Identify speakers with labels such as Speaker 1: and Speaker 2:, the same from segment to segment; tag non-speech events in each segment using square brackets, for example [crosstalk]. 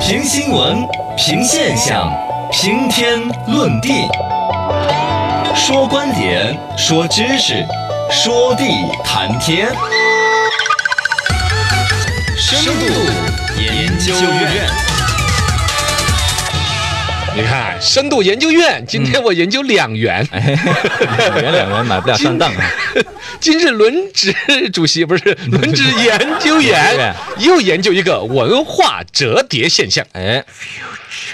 Speaker 1: 评新闻，评现象，评天论地，说观点，说知识，说地谈天。深度研究院，
Speaker 2: 你看，深度研究院，今天我研究两元。
Speaker 3: [laughs]
Speaker 1: 两元两元买不了嗯哎上当。啊
Speaker 2: 今 [laughs] 日轮值主席不是轮值研
Speaker 1: 研究
Speaker 2: 究
Speaker 1: 员
Speaker 2: 员，又研究一个文化折叠现象。
Speaker 1: 哎，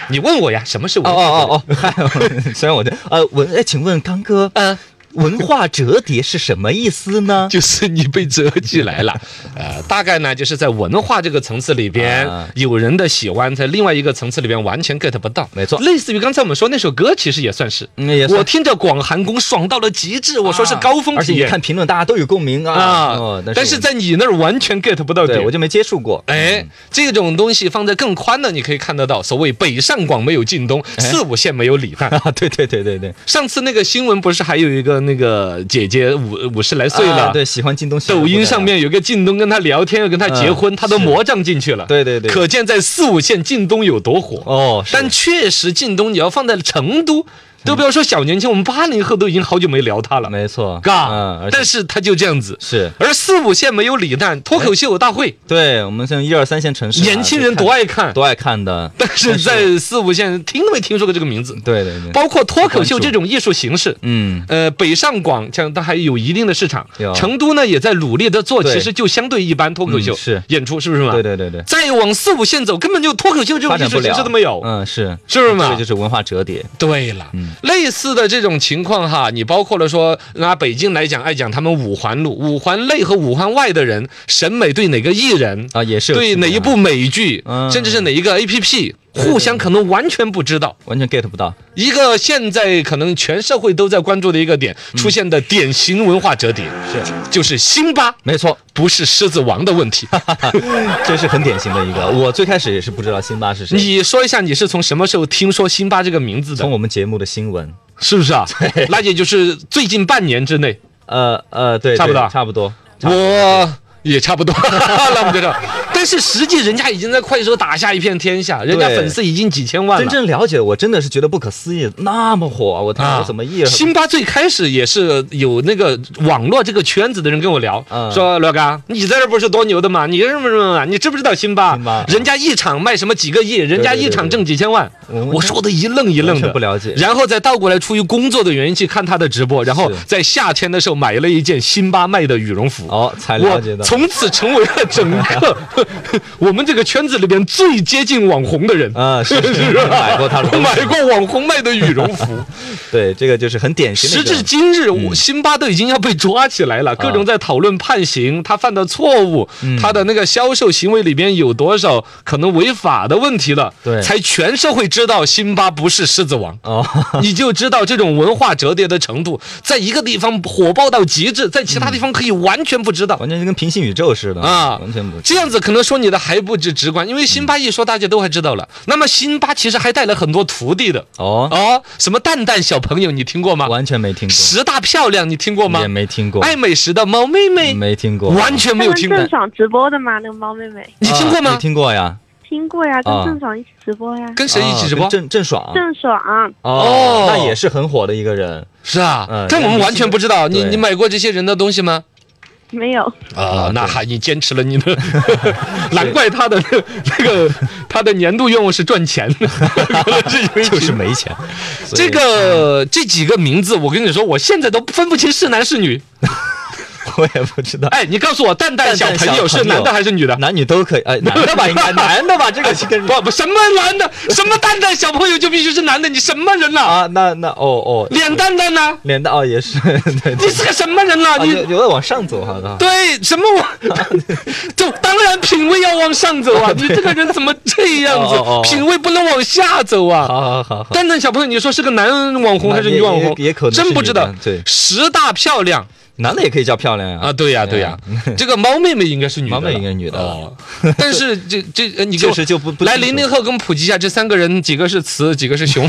Speaker 2: 你问我呀，什么是
Speaker 1: 哦
Speaker 2: 文？
Speaker 1: 哦哦哦，嗨， [laughs] 虽然我这呃文，哎，请问刚哥，
Speaker 2: 嗯、
Speaker 1: 文化折叠是什么意思呢？
Speaker 2: 就是你被折起
Speaker 1: [laughs]
Speaker 2: 来了，呃，大概呢就是在文化这个层次里边
Speaker 1: 啊，
Speaker 2: 有人的喜欢在另外一个层次里边完全 get 不到，
Speaker 1: 没错
Speaker 2: 类似于刚才我们说那首歌，其实也算是，
Speaker 1: 嗯也算
Speaker 2: 我听着广寒宫爽到了极致，我说是
Speaker 1: 啊
Speaker 2: 高峰
Speaker 1: 而且
Speaker 2: 体
Speaker 1: 你
Speaker 2: 验
Speaker 1: 看评论，大家都有共鸣啊。
Speaker 2: 啊
Speaker 1: 哦，
Speaker 2: 但是
Speaker 1: 我
Speaker 2: 在你那儿完全 get 不到
Speaker 1: 对
Speaker 2: 点
Speaker 1: 我。就没接触
Speaker 2: [laughs]
Speaker 1: 过。
Speaker 2: 哎，这种东西放在更宽的，你可以看得到。所谓北上广没有晋东，
Speaker 1: 哎
Speaker 2: 四五线没有李
Speaker 1: [laughs]
Speaker 2: 诞。
Speaker 1: 啊，对对对对对，
Speaker 2: 上次那个新闻不是还有一个那个姐姐五五十来岁了，
Speaker 1: 啊对，喜欢京东西的
Speaker 2: 抖
Speaker 1: 不
Speaker 2: 音
Speaker 1: 得
Speaker 2: 上
Speaker 1: 了
Speaker 2: 面有个靳东跟他聊天，要跟他结婚，
Speaker 1: 嗯
Speaker 2: 他都
Speaker 1: 是
Speaker 2: 魔障进去了。
Speaker 1: 对对对
Speaker 2: 可见在四五线靳东有多火。
Speaker 1: 哦，是
Speaker 2: 但确实，靳东你要放在成都，都不要说小年轻，我们八零后都已经好久没聊他了，
Speaker 1: 没错，
Speaker 2: 嘎。
Speaker 1: 嗯，而且
Speaker 2: 但是他就这样子。
Speaker 1: 是
Speaker 2: [laughs] 而四五线没有李诞，脱口秀大会，
Speaker 1: 对我们像一二三线城市啊，
Speaker 2: 年轻人
Speaker 1: 就看
Speaker 2: 多爱看，
Speaker 1: 多爱看的，
Speaker 2: 但是在四五线听都没听说过这个名字。
Speaker 1: 对对对，
Speaker 2: 包括脱口秀这种艺术形式，
Speaker 1: 嗯，
Speaker 2: 呃，北上广像它还有一定的市场
Speaker 1: 有，
Speaker 2: 成都呢也在努力的做，
Speaker 1: 对
Speaker 2: 其实就相对一般脱口秀
Speaker 1: 嗯是
Speaker 2: 演出，是不是嘛？
Speaker 1: 对对对对，
Speaker 2: 再往四五线走，根本就脱口秀这种
Speaker 1: 发
Speaker 2: 艺
Speaker 1: 展
Speaker 2: 术
Speaker 1: 不
Speaker 2: 形
Speaker 1: 了，
Speaker 2: 式都没有。
Speaker 1: 嗯，是
Speaker 2: 是不是嘛
Speaker 1: 这个就是文化折叠，
Speaker 2: 对了
Speaker 1: 嗯，
Speaker 2: 类似的这种情况哈，你包括了说拿北京来讲，爱讲他们五环路、五环内和五环外的人审美对哪个艺人，
Speaker 1: 啊，也是有
Speaker 2: 对
Speaker 1: 区别
Speaker 2: 哪一
Speaker 1: 的
Speaker 2: 部美剧，
Speaker 1: 嗯
Speaker 2: 甚至是哪一个 APP，互相可能完全不知道。
Speaker 1: 完全 get 不到，
Speaker 2: 一个现在可能全社会都在关注的一个点出现的典型文化折叠，
Speaker 1: 嗯是
Speaker 2: 就是辛巴
Speaker 1: 没错，
Speaker 2: 不是狮子王的问题。
Speaker 1: 啊这是很典型的一个，我最开始也是不知道辛巴是谁，
Speaker 2: 你说一下，你是从什么时候听说辛巴这个名字
Speaker 1: 从
Speaker 2: 的？
Speaker 1: 我们节目的新闻，
Speaker 2: 是不是
Speaker 1: [laughs]
Speaker 2: 啊？那也就是最近半年之内，
Speaker 1: 呃呃，对，
Speaker 2: 差不
Speaker 1: 对
Speaker 2: 多
Speaker 1: 差不多，
Speaker 2: 我也差
Speaker 1: [laughs]
Speaker 2: 不多。那我们就这样，但是实际人家已经在快手打下一片天下，人家
Speaker 1: 对
Speaker 2: 粉丝已经几千万
Speaker 1: 真
Speaker 2: 了。
Speaker 1: 正了解我真的是觉得不可思议，那么火，我天，我怎么一
Speaker 2: 啊辛巴最开始也是有那个网络这个圈子的人跟我聊，
Speaker 1: 嗯
Speaker 2: 说罗刚，你在这不是多牛的吗？你什么什么，你知不知道辛巴？
Speaker 1: 辛巴
Speaker 2: 人家一场卖什么几个亿，人家
Speaker 1: 对对
Speaker 2: 一场挣几千万。
Speaker 1: 我
Speaker 2: 我说的一愣一愣
Speaker 1: 完
Speaker 2: 的，
Speaker 1: 全不了解
Speaker 2: 然后再倒过来，出于工作的原因去看他的直播，然后
Speaker 1: 是
Speaker 2: 在夏天的时候买了一件辛巴卖的羽绒服。
Speaker 1: 哦，才了
Speaker 2: 我
Speaker 1: 解到，
Speaker 2: 从此成为了整个 [laughs] 我们这个圈子里边最接近网红的人。
Speaker 1: 啊，是
Speaker 2: [laughs]
Speaker 1: 是是，
Speaker 2: 吧
Speaker 1: 买过他的
Speaker 2: 我
Speaker 1: 东西，
Speaker 2: 买过网红卖的羽绒
Speaker 1: [laughs]
Speaker 2: 服，
Speaker 1: 对，这个嗯就是很典型的
Speaker 2: 时
Speaker 1: 一个，
Speaker 2: 至今日，我辛巴都已经要被抓起来
Speaker 1: 啊
Speaker 2: 了，各种在讨论判刑，他犯的错误，
Speaker 1: 嗯
Speaker 2: 他的那个销售行为里边有多少可能违法的问题了，
Speaker 1: 对。
Speaker 2: 才全社会知道辛巴不是狮子王
Speaker 1: [laughs] 哦，
Speaker 2: 你就知道这种文化折叠的程度，在一个地方火爆到极致，在其他地方可以完全不知道。
Speaker 1: 完全就跟平行宇宙似的
Speaker 2: 啊
Speaker 1: 完全不
Speaker 2: 这样子可能说你的还不止直观，因为辛巴一说大家都还知道了。那么辛巴其实还带了很多徒弟的
Speaker 1: 哦，
Speaker 2: 哦，什么蛋蛋小朋友你听过吗？
Speaker 1: 完全没听过，
Speaker 2: 十大漂亮你听过吗
Speaker 1: 也？没听过，
Speaker 2: 爱美食的猫妹妹
Speaker 1: 没听过，
Speaker 2: 完全没有听过，
Speaker 3: 郑爽直播的嘛，那个猫妹妹
Speaker 2: 你听过
Speaker 1: 啊
Speaker 2: 吗
Speaker 1: 没？听过呀，
Speaker 3: 听过呀，
Speaker 1: 啊
Speaker 3: 跟郑爽一起直播呀。
Speaker 2: 跟谁一起直播
Speaker 1: 啊？郑郑爽，
Speaker 3: 郑爽
Speaker 2: 哦
Speaker 1: 那也是很火的一个人，
Speaker 2: 是啊
Speaker 1: 嗯，
Speaker 2: 但我们完全不知道。你
Speaker 1: 对
Speaker 2: 你买过这些人的东西吗？
Speaker 3: 没
Speaker 2: [laughs]
Speaker 3: 有，
Speaker 2: 啊
Speaker 1: 啊，
Speaker 2: 那
Speaker 1: 对
Speaker 2: 还你坚持
Speaker 1: [laughs]
Speaker 2: 了你的，难怪他的那个他的年度愿望是赚
Speaker 1: [laughs]
Speaker 2: 钱，可能是因为
Speaker 1: 就是没钱，所以
Speaker 2: [laughs] 这个
Speaker 1: 嗯
Speaker 2: 这几个名字，我跟你说，我现在都分不清是男是女。
Speaker 1: 我也不知道。
Speaker 2: 哎，你告诉我，蛋蛋小朋
Speaker 1: 蛋蛋
Speaker 2: 友
Speaker 1: 小
Speaker 2: 是
Speaker 1: 朋友
Speaker 2: 男的还是女的？
Speaker 1: 男女都可以，哎，男的吧，应
Speaker 2: [laughs]
Speaker 1: 该男的吧，这个是跟
Speaker 2: 不不，什么男的，什么蛋蛋小朋友就必须是男的，你什么人呐、
Speaker 1: 啊，那那哦哦，
Speaker 2: 脸蛋蛋呐、
Speaker 1: 脸的哦也是， [laughs] 对
Speaker 2: 你
Speaker 1: 对，
Speaker 2: 是个什么人呐、
Speaker 1: 啊，
Speaker 2: 你
Speaker 1: 有有的往上走，好的，
Speaker 2: 对，什么
Speaker 1: [laughs]
Speaker 2: 我，就当然品味要往上走
Speaker 1: [laughs]
Speaker 2: 啊！你这个人怎么这样子
Speaker 1: 哦哦哦？
Speaker 2: 品味不能往下走啊！
Speaker 1: 好好好好，
Speaker 2: 蛋蛋小朋友，你说是个男网红还是女网红？
Speaker 1: 也也也可能是
Speaker 2: 真不知道
Speaker 1: 女的。对
Speaker 2: 十大漂亮
Speaker 1: 男的也可以叫漂亮哎呀，
Speaker 2: 啊！对呀对呀，这个猫妹妹应该是女的了，
Speaker 1: 猫妹应该是女的
Speaker 2: 哦。 [laughs] 但是这这呃你给我
Speaker 1: 确实就不不
Speaker 2: 来
Speaker 1: 清楚
Speaker 2: 零零后，给我们普及一下，这三个人几个是雌，几个是雄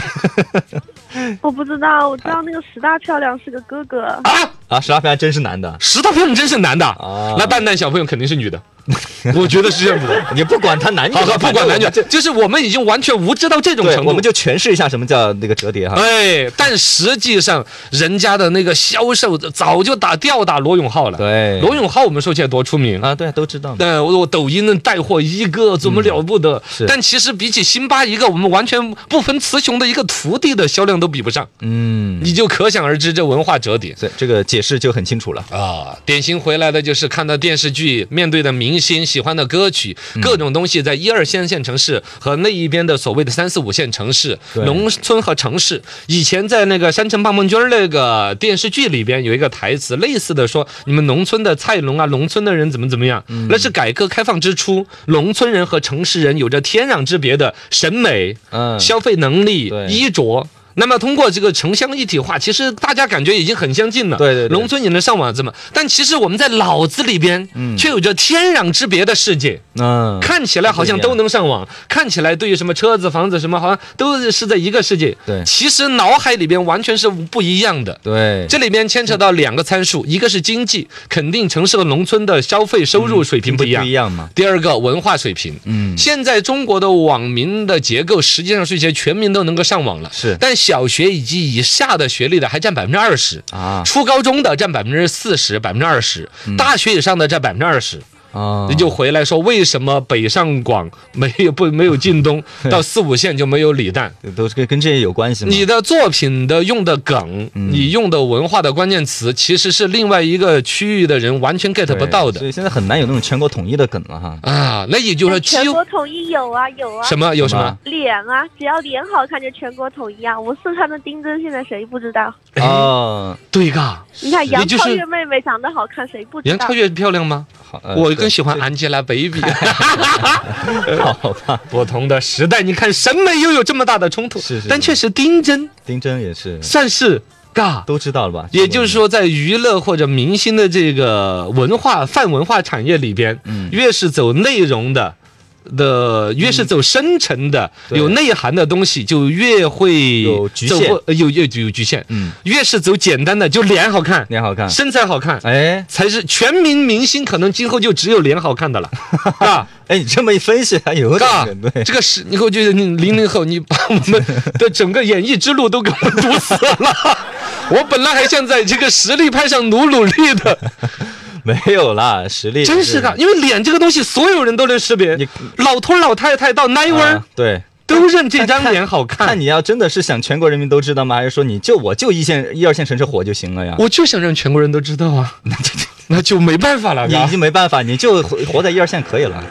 Speaker 3: 我不知道，我知道那个十大漂亮是个哥哥，
Speaker 2: 啊？
Speaker 1: 啊，十大漂亮真是男的
Speaker 2: 十大漂亮真是男的
Speaker 1: 啊 [laughs]
Speaker 2: 那蛋蛋小朋友肯定是女的。我觉得是这样子的。
Speaker 1: 你不管他男女，
Speaker 2: 好好，不管男女
Speaker 1: [laughs] 反，正
Speaker 2: 就是我们已经完全无知到这
Speaker 1: 我
Speaker 2: 种
Speaker 1: 们对，
Speaker 2: 程度，
Speaker 1: 我们就诠释一下什么叫那个折叠哈。
Speaker 2: 哎，但实际上人家的那个销售早就打吊打罗永浩了。
Speaker 1: 对
Speaker 2: 罗永浩我们说起来多出名啊！
Speaker 1: 啊，对，都知道嘛。
Speaker 2: 对，我我抖音的带货一哥怎么了不得？
Speaker 1: 嗯是
Speaker 2: 但其实比起辛巴一个，我们完全不分雌雄的一个徒弟的销量都比不上，
Speaker 1: 嗯，
Speaker 2: 你就可想而知这文化折叠。
Speaker 1: 所以这个解释就很清楚了。
Speaker 2: 啊，典型回来的就是看到电视剧，面对的明星、喜欢的歌曲，
Speaker 1: 嗯
Speaker 2: 各种东西在一二线县城市和那一边的所谓的三四五线城市、
Speaker 1: 对
Speaker 2: 农村和城市。以前在那个《山城棒棒军》那个电视剧里边有一个台词，类似的说你们农村的菜农啊，农村的人怎么怎么样，
Speaker 1: 嗯
Speaker 2: 那是改革开放之初，农村人和城市人有着天壤之别的审美、
Speaker 1: 嗯，
Speaker 2: 消费能力
Speaker 1: 对、
Speaker 2: 衣着。那么通过这个城乡一体化，其实大家感觉已经很相近了。
Speaker 1: 对对对
Speaker 2: 农村也能上网子嘛。但其实我们在脑子里边，
Speaker 1: 嗯
Speaker 2: 却有着天壤之别的世界。
Speaker 1: 嗯，
Speaker 2: 看起来好像都能上网，看起来对于什么车子、房子什么，好像都是在一个世界。
Speaker 1: 对
Speaker 2: 其实脑海里边完全是不一样的。
Speaker 1: 对，
Speaker 2: 这里边牵扯到两个参数，一个是经济，肯定城市和农村的消费收入水平不一
Speaker 1: 嗯
Speaker 2: 样。
Speaker 1: 不一样嘛。
Speaker 2: 第二个文化水平，
Speaker 1: 嗯
Speaker 2: 现在中国的网民的结构实际上是一些全民都能够上网了，
Speaker 1: 是
Speaker 2: 但小学以及以下的学历的还占百分之二十，
Speaker 1: 啊
Speaker 2: 初高中的占百分之四十、百分之二十，大学以上的占百分之二十。
Speaker 1: 嗯啊，
Speaker 2: 你就回来说，为什么北上广没有不没有
Speaker 1: [laughs]
Speaker 2: 晋东，到四五线就没有李诞？
Speaker 1: 都是跟跟这些有关系嘛。
Speaker 2: 你的作品的用的梗，
Speaker 1: 嗯
Speaker 2: 你用的文化的关键词，其实是另外一个区域的人完全 get
Speaker 1: 对
Speaker 2: 不到的
Speaker 1: 所以现在很难有那种全国统一的梗了哈。
Speaker 2: 啊。那也就是说，几
Speaker 3: 哎全
Speaker 2: 乎
Speaker 3: 国统一有啊有啊，
Speaker 2: 什么有什么？
Speaker 3: 脸啊，只要脸好看就全国统一啊。我四川的丁真现在谁不知道？
Speaker 2: 哎
Speaker 1: 哦，
Speaker 2: 对嘎，
Speaker 3: 你看
Speaker 2: 也
Speaker 3: 杨
Speaker 2: 就是
Speaker 3: 超越妹妹长得好看，谁不知
Speaker 2: 杨
Speaker 3: 道
Speaker 2: 超？越漂亮吗？
Speaker 1: 好，呃
Speaker 2: 我更喜欢 Angelababy。
Speaker 1: [laughs] 好吧，
Speaker 2: 不同的时代，你看审美又有这么大的冲突，
Speaker 1: 是是
Speaker 2: 但确实丁真
Speaker 1: 丁真也是
Speaker 2: 算是嘎。
Speaker 1: 都知道了吧？
Speaker 2: 也就是说，在娱乐或者明星的这个文化泛文化产业里边，
Speaker 1: 嗯
Speaker 2: 越是走内容的。的越是走深沉的、
Speaker 1: 嗯对
Speaker 2: 有内涵的东西，就越会
Speaker 1: 有局
Speaker 2: 走
Speaker 1: 限
Speaker 2: 过呃有有有局限。
Speaker 1: 嗯，
Speaker 2: 越是走简单的，就脸好看，
Speaker 1: 脸好看，
Speaker 2: 身材好看，
Speaker 1: 哎
Speaker 2: 才是全民明星，可能今后就只有脸好看
Speaker 1: [laughs]
Speaker 2: 的了，啊。
Speaker 1: 哎，你这么一分析还有
Speaker 2: 嘎
Speaker 1: 点对，
Speaker 2: 这个是，你给我觉得你零零后，你把我们的整个演艺之路都给我们堵死了。
Speaker 1: [laughs]
Speaker 2: 我本来还想在这个实力派上努努力
Speaker 1: [laughs]
Speaker 2: 的，
Speaker 1: 没有啦，实力
Speaker 2: 真是的，因为脸这个东西所有人都能识别
Speaker 1: 你，
Speaker 2: 老头老太太到奶味儿
Speaker 1: 啊对。
Speaker 2: 都认这张脸好看。
Speaker 1: 看你要真的是想全国人民都知道吗？还是说你就我就一线一二线城市火就行了呀？
Speaker 2: 我就想让全
Speaker 1: [laughs]
Speaker 2: 国人都知道啊，那就没办法了，
Speaker 1: 你
Speaker 2: 嘎
Speaker 1: 已经没办法，你就活活在一二线可以了。